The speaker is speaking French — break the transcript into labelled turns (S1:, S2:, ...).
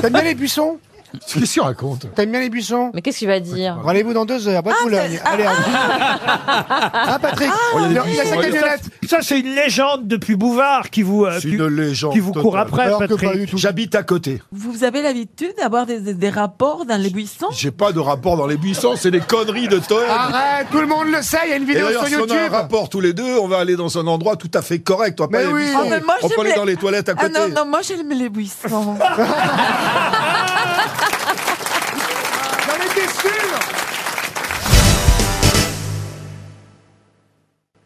S1: T'aimes bien les buissons
S2: Qu'est-ce qu'il raconte
S1: T'aimes bien les buissons
S3: Mais qu'est-ce qu'il va dire
S1: Rendez-vous dans deux heures, pas de Boulogne. Allez, à Hein, Patrick Il a- Il a sa camionnette.
S4: Ça, c'est une légende depuis Bouvard qui vous, euh,
S2: C'est
S4: qui-
S2: une légende.
S4: qui vous court
S2: totale.
S4: après,
S2: Alors que
S4: Patrick.
S2: pas du tout. J'habite à côté.
S5: Vous avez l'habitude d'avoir des, des- des rapports dans les buissons
S2: J'ai pas de rapport dans les buissons, c'est des conneries de Todd.
S1: Arrête, tout le monde le sait, Ah, il y a une
S2: Et
S1: vidéo
S2: d'ailleurs,
S1: sur
S2: si on a un
S1: YouTube.
S2: rapport tous les deux, on va aller dans un endroit tout à fait correct. On va pas
S1: Mais
S2: aller
S1: oui.
S2: buissons.
S1: Ah,
S5: mais moi,
S2: on peut
S5: j'aime
S2: aller
S5: les-
S2: dans les toilettes à
S5: Ah
S2: côté.
S5: non, non, moi j'aime les buissons.